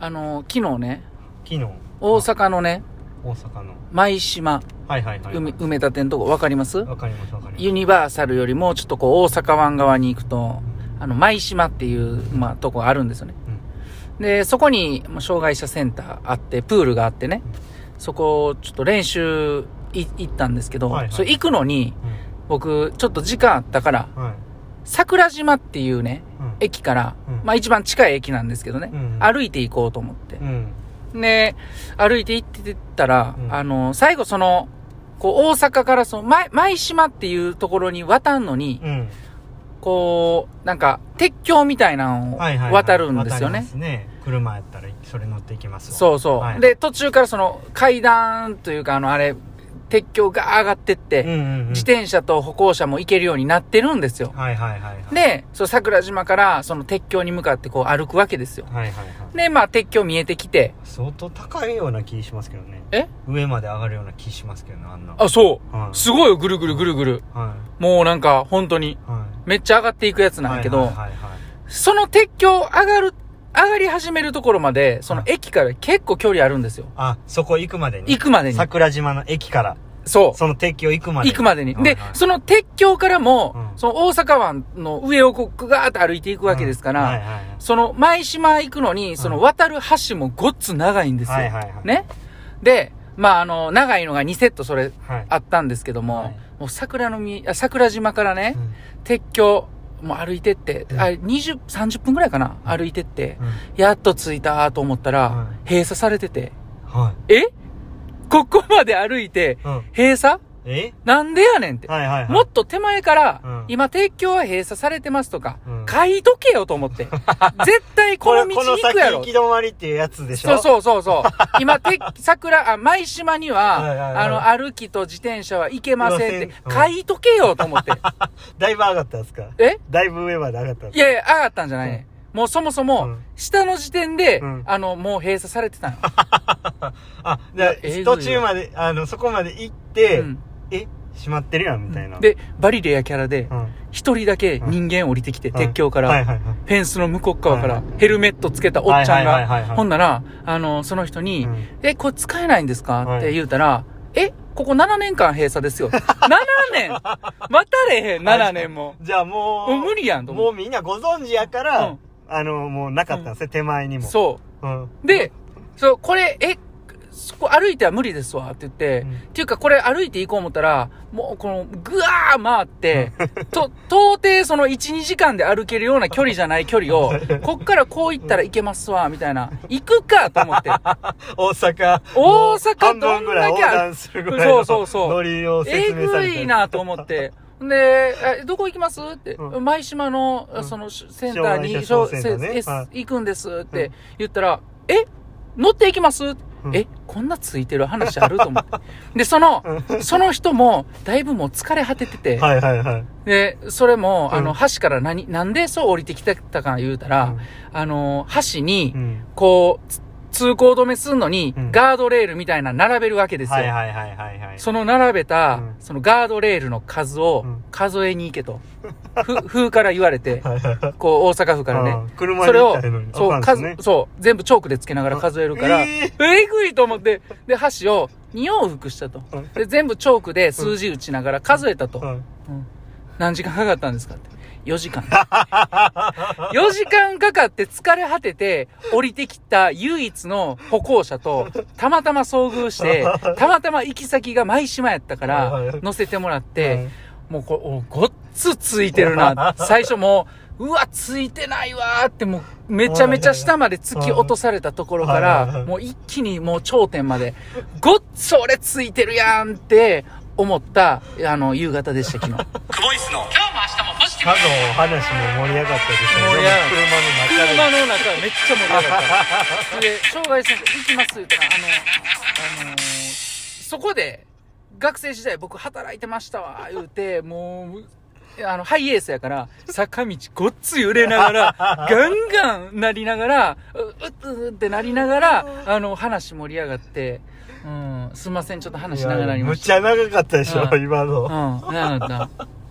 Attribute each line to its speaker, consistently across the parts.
Speaker 1: あの昨日ね
Speaker 2: 昨日
Speaker 1: 大阪のね
Speaker 2: 大阪の
Speaker 1: 舞島
Speaker 2: はいはいはい
Speaker 1: 埋め埋め立てのとこ分かります
Speaker 2: わかりますわかります
Speaker 1: ユニバーサルよりもちょっとこう大阪湾側に行くとあの舞島っていう、まあ、とこがあるんですよねでそこにまあ障害者センターあってプールがあってねそこちょっと練習い行ったんですけど、
Speaker 2: はいはい
Speaker 1: それ行くのに
Speaker 2: うん
Speaker 1: 僕ちょっと時間あったから
Speaker 2: うんはい
Speaker 1: 桜島っていうね
Speaker 2: うん
Speaker 1: 駅から、
Speaker 2: うん
Speaker 1: まあ一番近い駅なんですけどね、
Speaker 2: うん
Speaker 1: 歩いて行こうと思って
Speaker 2: う、ん
Speaker 1: で、歩いて行ってたら、
Speaker 2: うん
Speaker 1: あの、最後その、こう、大阪からその、ま、舞島っていうところに渡んのに、
Speaker 2: うん
Speaker 1: こう、なんか、鉄橋みたいなのを
Speaker 2: はいはいはい
Speaker 1: 渡るんですよ
Speaker 2: 渡りま
Speaker 1: ね。
Speaker 2: すね車やったらそれ乗っていきますわ
Speaker 1: そうそう、
Speaker 2: はい
Speaker 1: で、途中からその、階段というか、あの、あれ、鉄橋が上がってっ
Speaker 2: うん
Speaker 1: て、
Speaker 2: うんうん
Speaker 1: 自転車と歩行者も行けるようになってるんですよ。
Speaker 2: はいはいはいはい
Speaker 1: で、その桜島から、その鉄橋に向かってこう歩くわけですよ。
Speaker 2: はいはいはい
Speaker 1: で、まあ、鉄橋見えてきて、
Speaker 2: 相当高いような気しますけどね
Speaker 1: え
Speaker 2: 上まで上がるような気しますけどねあんな
Speaker 1: あ、そうう。
Speaker 2: ん
Speaker 1: すごいよ、ぐるぐるぐるぐる。
Speaker 2: は
Speaker 1: もうなんか、本当に。
Speaker 2: いは
Speaker 1: めっちゃ上がっていくやつ
Speaker 2: い
Speaker 1: なんやけど、
Speaker 2: はいはいはいはい
Speaker 1: その鉄橋上がる、上がり始めるところまで、その駅から結構距離あるんですよ。
Speaker 2: あそこ行くまでに
Speaker 1: 行くまでに。
Speaker 2: 桜島の駅から
Speaker 1: そ
Speaker 2: その鉄橋行くま
Speaker 1: う。
Speaker 2: で
Speaker 1: 行くまでに。で
Speaker 2: はいは、い
Speaker 1: その鉄橋からも、
Speaker 2: うん
Speaker 1: その大阪湾の上をこう、ガーッと歩いていくわけですから、
Speaker 2: はいはいはい
Speaker 1: その舞島行くのに、その渡る橋もごっつ長いんですよ。
Speaker 2: はいはいはい
Speaker 1: ね。で、まああの、長いのが2セットそれ
Speaker 2: はい
Speaker 1: あったんですけども、
Speaker 2: はい
Speaker 1: もう桜のみ、あ桜島からね、
Speaker 2: うん
Speaker 1: 鉄橋、もう歩いてって、
Speaker 2: うん
Speaker 1: あれ、20、30分ぐらいかな歩いてって、
Speaker 2: うん
Speaker 1: やっと着いたと思ったら
Speaker 2: うん、
Speaker 1: 閉鎖されてて、
Speaker 2: はい
Speaker 1: えここまで歩いて、
Speaker 2: うん
Speaker 1: 閉鎖
Speaker 2: え
Speaker 1: なんでやねんって。
Speaker 2: はいはいはい
Speaker 1: もっと手前から、
Speaker 2: うん
Speaker 1: 今鉄橋は閉鎖されてますとか、
Speaker 2: うん
Speaker 1: 書いとけよと思 って。絶対この道
Speaker 2: この
Speaker 1: 行
Speaker 2: 先
Speaker 1: くやろ
Speaker 2: 行き。止まりっていうやつでし
Speaker 1: そ
Speaker 2: ょ
Speaker 1: うそうそうそう。 今、鉄桜、あ、舞島に
Speaker 2: はいはい
Speaker 1: は、
Speaker 2: は
Speaker 1: あ
Speaker 2: い
Speaker 1: の、歩きと自転車は行けませんっ
Speaker 2: 行
Speaker 1: て
Speaker 2: け、ません
Speaker 1: 書いとけよと思 って。
Speaker 2: だいぶ上がったんですか
Speaker 1: え
Speaker 2: だいぶ上まで上がったん
Speaker 1: い
Speaker 2: ですか
Speaker 1: やいや、上がったんじゃないね。もうそもそも、
Speaker 2: うん
Speaker 1: 下の時点で、
Speaker 2: うん
Speaker 1: あの、もう閉鎖されてたの。
Speaker 2: あじゃあ
Speaker 1: えぐい
Speaker 2: 途中まであのそこまで行って、
Speaker 1: うん
Speaker 2: え閉まってるやんみたいな、
Speaker 1: で、バリレアキャラで
Speaker 2: う、ん、
Speaker 1: 一人だけ人間降りてきて、
Speaker 2: うん
Speaker 1: 鉄橋から、
Speaker 2: はいはいはい
Speaker 1: フェンスの向こう側か
Speaker 2: は
Speaker 1: ら
Speaker 2: い、
Speaker 1: ヘルメットつけたおっちゃん
Speaker 2: はいはいはいはいは
Speaker 1: が、
Speaker 2: い
Speaker 1: ほんなら、あの、その人に、
Speaker 2: うん
Speaker 1: え、これ使えないんですか
Speaker 2: はい
Speaker 1: って言うたら、え、ここ7年間閉鎖ですよ。7年 待たれへん、7年も。
Speaker 2: じゃあもう
Speaker 1: もう無理やんと思
Speaker 2: も
Speaker 1: う
Speaker 2: うみんなご存知やから、
Speaker 1: うん
Speaker 2: あのもうなかったんですね、手前にも、
Speaker 1: そう
Speaker 2: ん、
Speaker 1: う。で、そう、これ、え、そこ歩いては無理ですわ、って言って、
Speaker 2: うん
Speaker 1: っていうか、これ歩いて行こう思ったら、もうこの、ぐわー回って、と、到底その1、2時間で歩けるような距離じゃない距離 を、こっからこう行ったらいけますわ、みたいな。行くかと 思って。
Speaker 2: 大阪
Speaker 1: 大阪
Speaker 2: 半分ぐらい
Speaker 1: どんだ
Speaker 2: 横
Speaker 1: け
Speaker 2: 断するぐらいの
Speaker 1: そうそうそう
Speaker 2: ノリを
Speaker 1: え
Speaker 2: 説明さ
Speaker 1: ぐ
Speaker 2: れて
Speaker 1: いなと思って。で、えどこ行きますって、
Speaker 2: うん
Speaker 1: 舞島の
Speaker 2: う、ん
Speaker 1: その、センターに、
Speaker 2: 障害者支援センターね
Speaker 1: せ S
Speaker 2: は
Speaker 1: 行くんですっ
Speaker 2: う
Speaker 1: て
Speaker 2: ん
Speaker 1: 言ったら、え乗って行きます、
Speaker 2: うん
Speaker 1: えこんなついてる話あると思って。で、その、その人も、だいぶもう疲れ果ててて、
Speaker 2: はいはいはい
Speaker 1: で、それも、
Speaker 2: うん
Speaker 1: あの、橋から何、なんでそう降りてきてたか言うたら、あの、橋に
Speaker 2: う、ん
Speaker 1: こう、つ通行止めすんのに、
Speaker 2: うん
Speaker 1: ガードレールみたいなの並べるわけですよ。
Speaker 2: はいはいはいはいはい
Speaker 1: その並べた、
Speaker 2: うん
Speaker 1: そのガードレールの数を
Speaker 2: うん
Speaker 1: 数えに行けと、ふ、 風から言われて、
Speaker 2: はいはいはい
Speaker 1: こう大阪府から
Speaker 2: うん
Speaker 1: ね。
Speaker 2: 車
Speaker 1: そ
Speaker 2: で
Speaker 1: れ
Speaker 2: 行
Speaker 1: を
Speaker 2: ったらいいのに、
Speaker 1: そう、
Speaker 2: あかんで
Speaker 1: 数、そう、全部チョークでつけながら数えるから、
Speaker 2: うんえ
Speaker 1: えぐいと思って、で、箸を2往復した と
Speaker 2: うん。
Speaker 1: で、全部チョークで数字打ちながら数えたと。
Speaker 2: すねはい
Speaker 1: 何時間かかったんですかって。4時間。4時間かかって疲れ果てて降りてきた唯一の歩行者とたまたま遭遇して、たまたま行き先が舞島やったから乗せてもらって、もうこれ、おごっつついてるな。最初もう、うわ、ついてないわーってもうめちゃめちゃ下まで突き落とされたところか
Speaker 2: はいはいは
Speaker 1: ら、
Speaker 2: い
Speaker 1: もう一気にもう頂点まで、ごっつ俺ついてるやんって思った、あの、夕方でした、昨日。
Speaker 2: 多分お話も盛り上がったでしょう
Speaker 1: 盛り上がった
Speaker 2: 車の中で
Speaker 1: 車の中めっちゃ盛り上がった。で、障害者行きますって言ったら、あの、あのーそこで、学生時代僕働いてましたわ、言うて、もう、あの、ハイエースやから、坂道ごっつ揺れながら、ガンガンなりながら、う、う、うってなりながら、あの、話盛り上がって、うん、すいません、ちょっと話長なりま
Speaker 2: む
Speaker 1: し
Speaker 2: ちゃ長かったでしょ、
Speaker 1: うん
Speaker 2: 今の、
Speaker 1: た。うん、長かった。うん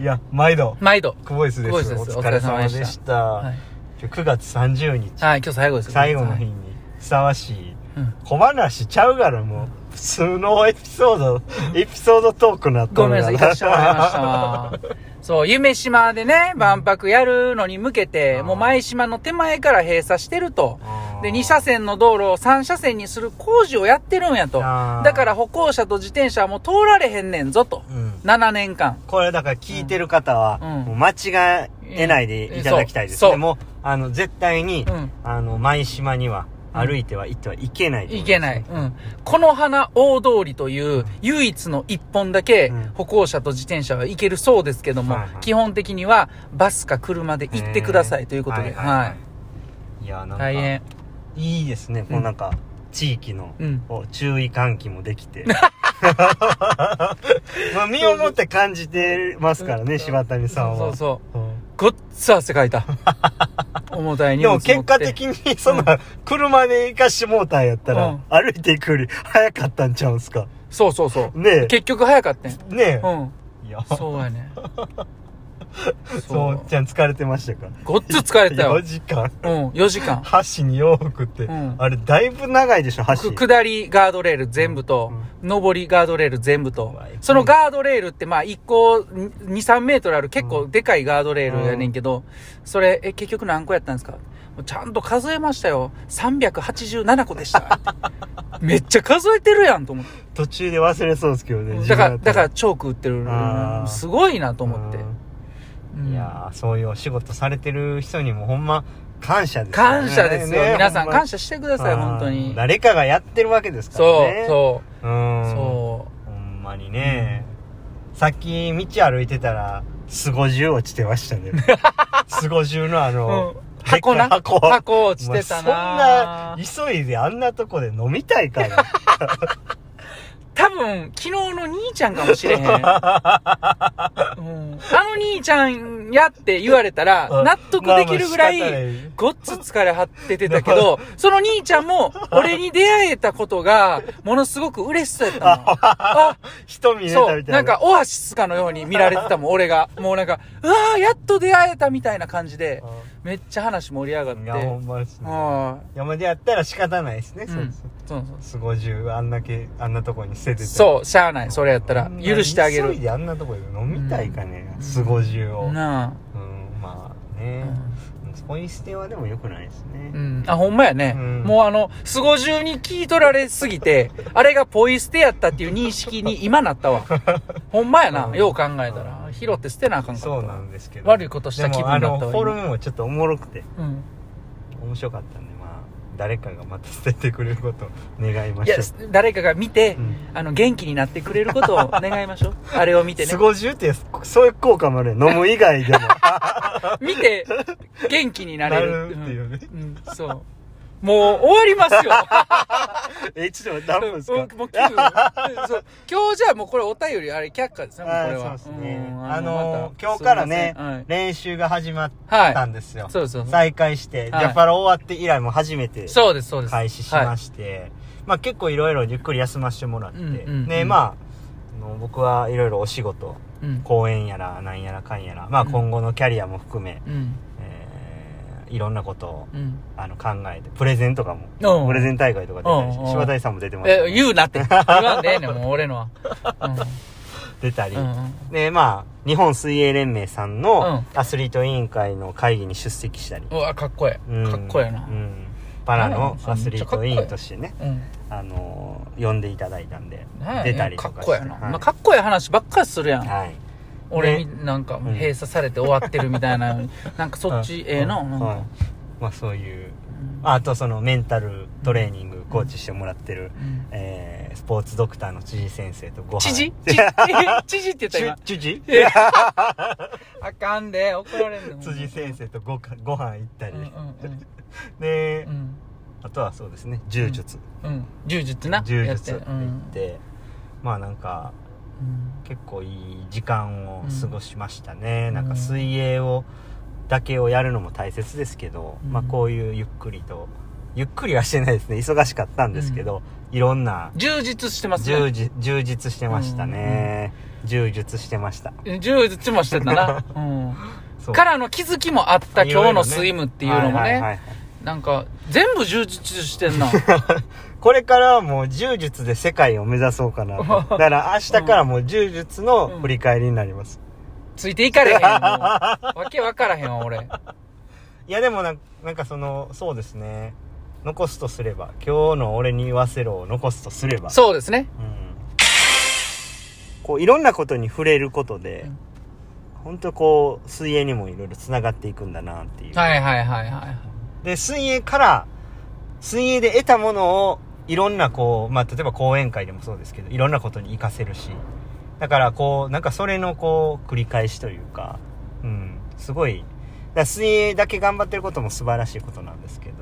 Speaker 2: いや毎度
Speaker 1: 毎度。
Speaker 2: クボイスです
Speaker 1: 久保井です
Speaker 2: お疲れ様で
Speaker 1: お疲れ様で
Speaker 2: し、
Speaker 1: したはい
Speaker 2: 今日9月30日、
Speaker 1: はい、今日最後ですよ
Speaker 2: 最後の日
Speaker 1: は
Speaker 2: に
Speaker 1: い
Speaker 2: ふさわしい
Speaker 1: うん
Speaker 2: 小話ちゃうからもう普通のエピソードエピソードトークなっと
Speaker 1: ご
Speaker 2: る
Speaker 1: めんなさい、行かしてもらいましたわそう、夢島でね、万博やるのに向けて、
Speaker 2: うん
Speaker 1: もう前島の手前から閉鎖してると。 で、2車線の道路を3車線にする工事をやってるんやと。
Speaker 2: あー
Speaker 1: だから歩行者と自転車はもう通られへんねんぞと。
Speaker 2: うん
Speaker 1: 7年間。
Speaker 2: これだから聞いてる方は、
Speaker 1: うん
Speaker 2: もう間違えないでいただきたいですね、
Speaker 1: うんそう
Speaker 2: もうあの絶対に、
Speaker 1: うん
Speaker 2: あの舞島には歩いては行ってはいけないと
Speaker 1: い
Speaker 2: 思ます
Speaker 1: けない。うん。この花大通りという唯一の一本だけ
Speaker 2: うん
Speaker 1: 歩行者と自転車は行けるそうですけども
Speaker 2: はいは、い
Speaker 1: 基本的にはバスか車で行ってくださいということ
Speaker 2: へ
Speaker 1: で、
Speaker 2: ーはいはい
Speaker 1: は
Speaker 2: はいいやなん
Speaker 1: い。
Speaker 2: か
Speaker 1: 大変。
Speaker 2: いいですね、こうなんか地域の、
Speaker 1: うん
Speaker 2: こう注意喚起もで きてまあ身をもって感じてますからね柴谷さん
Speaker 1: そ
Speaker 2: は
Speaker 1: うそう。
Speaker 2: うん
Speaker 1: ごっつ汗かい た。重たい荷
Speaker 2: で
Speaker 1: 物持
Speaker 2: も
Speaker 1: って。
Speaker 2: 結果的にそんな車で行かしてもうたんやったら、
Speaker 1: うん
Speaker 2: 歩いていくより早かったんちゃうんすか
Speaker 1: そうそうそう。
Speaker 2: ね
Speaker 1: 結局早かったん。
Speaker 2: えねえ、
Speaker 1: うん。
Speaker 2: いや
Speaker 1: そうや ね。
Speaker 2: そうちゃん疲れてましたか
Speaker 1: ごっつ疲れたよ
Speaker 2: 4。時間
Speaker 1: うん、4時間。
Speaker 2: 箸に洋服って、
Speaker 1: うん
Speaker 2: あれだいぶ長いでしょ箸
Speaker 1: く下りガードレール全部と、上りガードレール全部
Speaker 2: う
Speaker 1: と
Speaker 2: わえぐい、
Speaker 1: そのガードレールってまあ1個2、3メートルある結構でかいガードレールやねんけど、それ、え、結局何個やったんですかもうちゃんと数えましたよ。387個でした。 めっちゃ数えてるやんと思って。
Speaker 2: 途中で忘れそうですけどね
Speaker 1: だから、
Speaker 2: 自
Speaker 1: だ
Speaker 2: 分
Speaker 1: か
Speaker 2: や
Speaker 1: ら
Speaker 2: っ
Speaker 1: チョーク売ってる
Speaker 2: あ。ー
Speaker 1: すごいなと
Speaker 2: たら
Speaker 1: 思って。
Speaker 2: うんいやーそういうお仕事されてる人にもほんま感謝ですよね
Speaker 1: 感謝ですよ。
Speaker 2: ね
Speaker 1: 皆さん
Speaker 2: ほま
Speaker 1: 感謝してください、
Speaker 2: あー
Speaker 1: 本当に。
Speaker 2: 誰かがやってるわけですか
Speaker 1: そ
Speaker 2: ら
Speaker 1: う
Speaker 2: ね、う
Speaker 1: そ
Speaker 2: そううん
Speaker 1: う、そ
Speaker 2: ほんまにね、さっき道歩いてたらスゴジュウ落ちてまし たねスゴジュウのあ
Speaker 1: う。
Speaker 2: の、
Speaker 1: うん箱な。
Speaker 2: でっかい箱
Speaker 1: 箱落ちてたな
Speaker 2: お前。そんな急いであんなとこで飲みたいかな
Speaker 1: 多分、昨日の兄ちゃんかもしれへ ん。うんあの兄ちゃんやって言われたら、 納得できるぐら、
Speaker 2: まあまあ仕方ないい
Speaker 1: ごっつ疲れ張ってて たけど、その兄ちゃんも、俺に出会えたことが、ものすごく嬉しそうや ったの。あ、
Speaker 2: 人見れ
Speaker 1: そ
Speaker 2: た
Speaker 1: う
Speaker 2: み、た
Speaker 1: ない
Speaker 2: なん
Speaker 1: かオアシスかのように見られてたもん、俺 が。もうなんか、うわー、やっと出会えたみたいな感じで、めっちゃ話盛り上がっ
Speaker 2: うん
Speaker 1: て。
Speaker 2: いやほんまですね
Speaker 1: はい
Speaker 2: 山でやったら仕方ないですね、
Speaker 1: う
Speaker 2: そうんです
Speaker 1: そうそう
Speaker 2: スゴジュウあんなけあんなとこに捨ててた
Speaker 1: そう、しゃあない、それやったら。
Speaker 2: うん
Speaker 1: 許してあげ
Speaker 2: 急い
Speaker 1: る。
Speaker 2: であんなとこで飲みたいかね、スゴジュウをうん
Speaker 1: な
Speaker 2: まあ
Speaker 1: あ。
Speaker 2: ね、ポイ捨てはでも良くないですね、
Speaker 1: うん。あ、ほんまやね。
Speaker 2: うん
Speaker 1: もうあの、スゴ中に聞い取られすぎて、あれがポイ捨てやったっていう認識に今なった わ。ほんまやな、
Speaker 2: うん
Speaker 1: よう考えたら。拾って捨てなあかんかった。
Speaker 2: そうなんですけど
Speaker 1: 悪いことした気分だったわ
Speaker 2: でもあのフォルムもちょっとおもろくて
Speaker 1: うん。
Speaker 2: 面白かったんでまあ誰かがまた捨ててくれることを願いま
Speaker 1: い
Speaker 2: しょ
Speaker 1: や
Speaker 2: う、
Speaker 1: 誰かが見て、
Speaker 2: うん
Speaker 1: あの、元気になってくれることを願いましょう。あれを見てね
Speaker 2: ス。ゴジュウってそういう効果もあるよ飲む以外 でも
Speaker 1: 見て、元気になれ
Speaker 2: な
Speaker 1: る。
Speaker 2: るっていうね
Speaker 1: うん、うんそう。もう終わります よ。
Speaker 2: えちょっと待って何分です
Speaker 1: う
Speaker 2: か、
Speaker 1: んもう気分そう今日じゃあもうこれお便りあれ却下ですね、もうこれは。
Speaker 2: あーそうですね
Speaker 1: ん
Speaker 2: あ
Speaker 1: ま
Speaker 2: の
Speaker 1: た
Speaker 2: 今日からね
Speaker 1: すいませんはい
Speaker 2: 練習が始まっ
Speaker 1: は
Speaker 2: た
Speaker 1: い。
Speaker 2: んですよ、
Speaker 1: そうそうそう。
Speaker 2: 再開して、
Speaker 1: はい
Speaker 2: ジャパラ終わって以来も初めて
Speaker 1: そうです、そうです。
Speaker 2: 開始し
Speaker 1: は
Speaker 2: ま
Speaker 1: い
Speaker 2: して、まあ結構いろいろゆっくり休ませてもらって、
Speaker 1: うんうんうん
Speaker 2: でまああの僕はいろいろお仕事
Speaker 1: うん。
Speaker 2: 講演やらなんやらかんやら、まあ、
Speaker 1: うん
Speaker 2: 今後のキャリアも含め、
Speaker 1: うん。
Speaker 2: えーいろんなことを
Speaker 1: うん。
Speaker 2: あの考えてプレゼンとかも
Speaker 1: うん
Speaker 2: プレゼン大会とか出たりし
Speaker 1: うんうん
Speaker 2: 柴谷さんも出てましたね、
Speaker 1: え、言うなって。言わんでええね ん、もう俺のは。
Speaker 2: 出たり、
Speaker 1: うん。うんうん。
Speaker 2: でまあ日本水泳連盟さんの
Speaker 1: う
Speaker 2: アスリート委員会の会議に出席したり、
Speaker 1: うわ、かっこえ
Speaker 2: う
Speaker 1: え。
Speaker 2: ん
Speaker 1: かっこええな
Speaker 2: う。んパラのアスリート委員としてね
Speaker 1: うん。
Speaker 2: あの呼んでいただいたんで
Speaker 1: なんやね
Speaker 2: 出たり
Speaker 1: か
Speaker 2: と
Speaker 1: っ
Speaker 2: か
Speaker 1: こええ
Speaker 2: して
Speaker 1: な。
Speaker 2: はい
Speaker 1: まあかっこええ話ばっかりするやん。
Speaker 2: はい
Speaker 1: 俺になんかもう
Speaker 2: うん
Speaker 1: 閉鎖されて終わってるみたい なのに。なんかそっちええな、
Speaker 2: うん
Speaker 1: なん
Speaker 2: はい
Speaker 1: か。
Speaker 2: まあそうい
Speaker 1: う
Speaker 2: う
Speaker 1: ん
Speaker 2: あとそのメンタルトレーニングコーチしてもらってる、
Speaker 1: うん
Speaker 2: えースポーツドクターの知事先生とご飯
Speaker 1: 知 事知知事って言った今。
Speaker 2: 知事
Speaker 1: えあかんで、怒られるの。
Speaker 2: 辻先生とごかご飯行った
Speaker 1: う
Speaker 2: り、
Speaker 1: んうん
Speaker 2: で、
Speaker 1: うん。
Speaker 2: あとはそうですね柔術、
Speaker 1: うん。うん。柔術な。
Speaker 2: 柔
Speaker 1: やっ
Speaker 2: 術
Speaker 1: て
Speaker 2: 行って、まあなんか
Speaker 1: うん
Speaker 2: 結構いい時間を過ごしましたね、なんか水泳をだけをやるのも大切ですけど、
Speaker 1: うん
Speaker 2: まあこういうゆっくりとゆっくりはしてないですね忙しかったんですけど、いろんな
Speaker 1: 充実してます
Speaker 2: 充
Speaker 1: ね。
Speaker 2: 実充実してましたね、充実してました
Speaker 1: 充実もしてたな。うん。
Speaker 2: そう
Speaker 1: からの気づきもあった今日のスイムっていうのも
Speaker 2: はいはいは
Speaker 1: ね、
Speaker 2: い
Speaker 1: なんか全部充実してんな。
Speaker 2: これからはもう柔術で世界を目指そう かなとだから明日からもう柔術の振り返りになります、
Speaker 1: ついていかれへんよ。もう わけわからへんわ、俺。
Speaker 2: いやでもななんかそのそうですね残すとすれば今日の俺に言わせろを残すとすれば
Speaker 1: そうですね。
Speaker 2: うんこういろんなことに触れることで、
Speaker 1: うん
Speaker 2: 本当こう水泳にもいろいろつながっていくんだなっていう、
Speaker 1: はいはいはいはい。
Speaker 2: で水泳から水泳で得たものをいろんなこう、まあ、例えば講演会でもそうですけどいろんなことに活かせるしだからこうなんかそれのこう繰り返しというか、うん、すごいだから水泳だけ頑張ってることも素晴らしいことなんですけど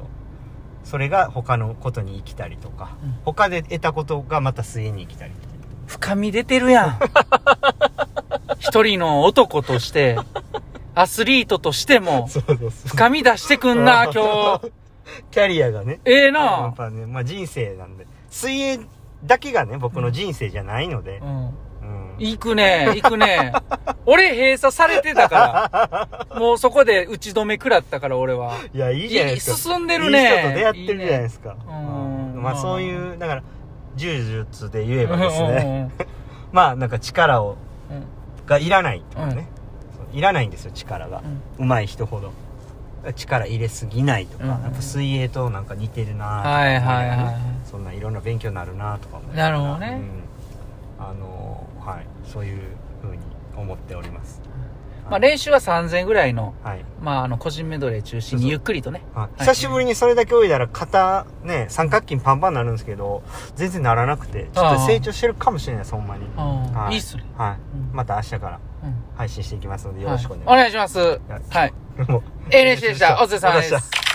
Speaker 2: それが他のことに生きたりとか、
Speaker 1: うん
Speaker 2: 他で得たことがまた水泳に生きたりとか
Speaker 1: 深み出てるやん。 一人の男として、アスリートとしても、
Speaker 2: そうそうそう
Speaker 1: 深み出してくん な、今日。
Speaker 2: キャリアがね
Speaker 1: ええ
Speaker 2: や
Speaker 1: な
Speaker 2: っぱね、まあ、人生なんで水泳だけがね僕の人生じゃないので
Speaker 1: う、ん。
Speaker 2: うん
Speaker 1: 行くね、行くね。俺閉鎖されてたから。もうそこで打ち止め食らったから、俺は。
Speaker 2: いや、いいじゃないですか。
Speaker 1: いい進んでるね
Speaker 2: いい人と出会ってるじゃないですか。
Speaker 1: ねうん
Speaker 2: まあ、そういう、だから、柔術で言えばですね、
Speaker 1: うん
Speaker 2: まあ、なんか力を、
Speaker 1: うんうん
Speaker 2: がいらないとかね。そういらないんですよ、力が。上手い人ほど。力入れすぎないとか、
Speaker 1: うん
Speaker 2: やっぱ水泳となんか似てるなとか、
Speaker 1: はいはい
Speaker 2: なんかね
Speaker 1: は
Speaker 2: そんないろんな勉強になるなとか思
Speaker 1: い。
Speaker 2: い
Speaker 1: なるほどね。
Speaker 2: うん、あのーはい、そういうふうに思っております。
Speaker 1: まあ練習は3000ぐらいの、
Speaker 2: はい。
Speaker 1: まああの、個人メドレー中心にゆっくりとね。
Speaker 2: はい
Speaker 1: い
Speaker 2: 久しぶりにそれだけ泳いだら肩ね三角筋パンパンになるんですけど全然ならなくてちょっと成長してるかもしれないですほんまに
Speaker 1: あ
Speaker 2: は
Speaker 1: あ
Speaker 2: い
Speaker 1: いいっすね。
Speaker 2: はいまた明日から
Speaker 1: うん
Speaker 2: 配信していきますのでよろしくお願いし
Speaker 1: は
Speaker 2: ま
Speaker 1: いお願いします。
Speaker 2: す、
Speaker 1: はい。
Speaker 2: もう
Speaker 1: NHK でした。お疲れ様です。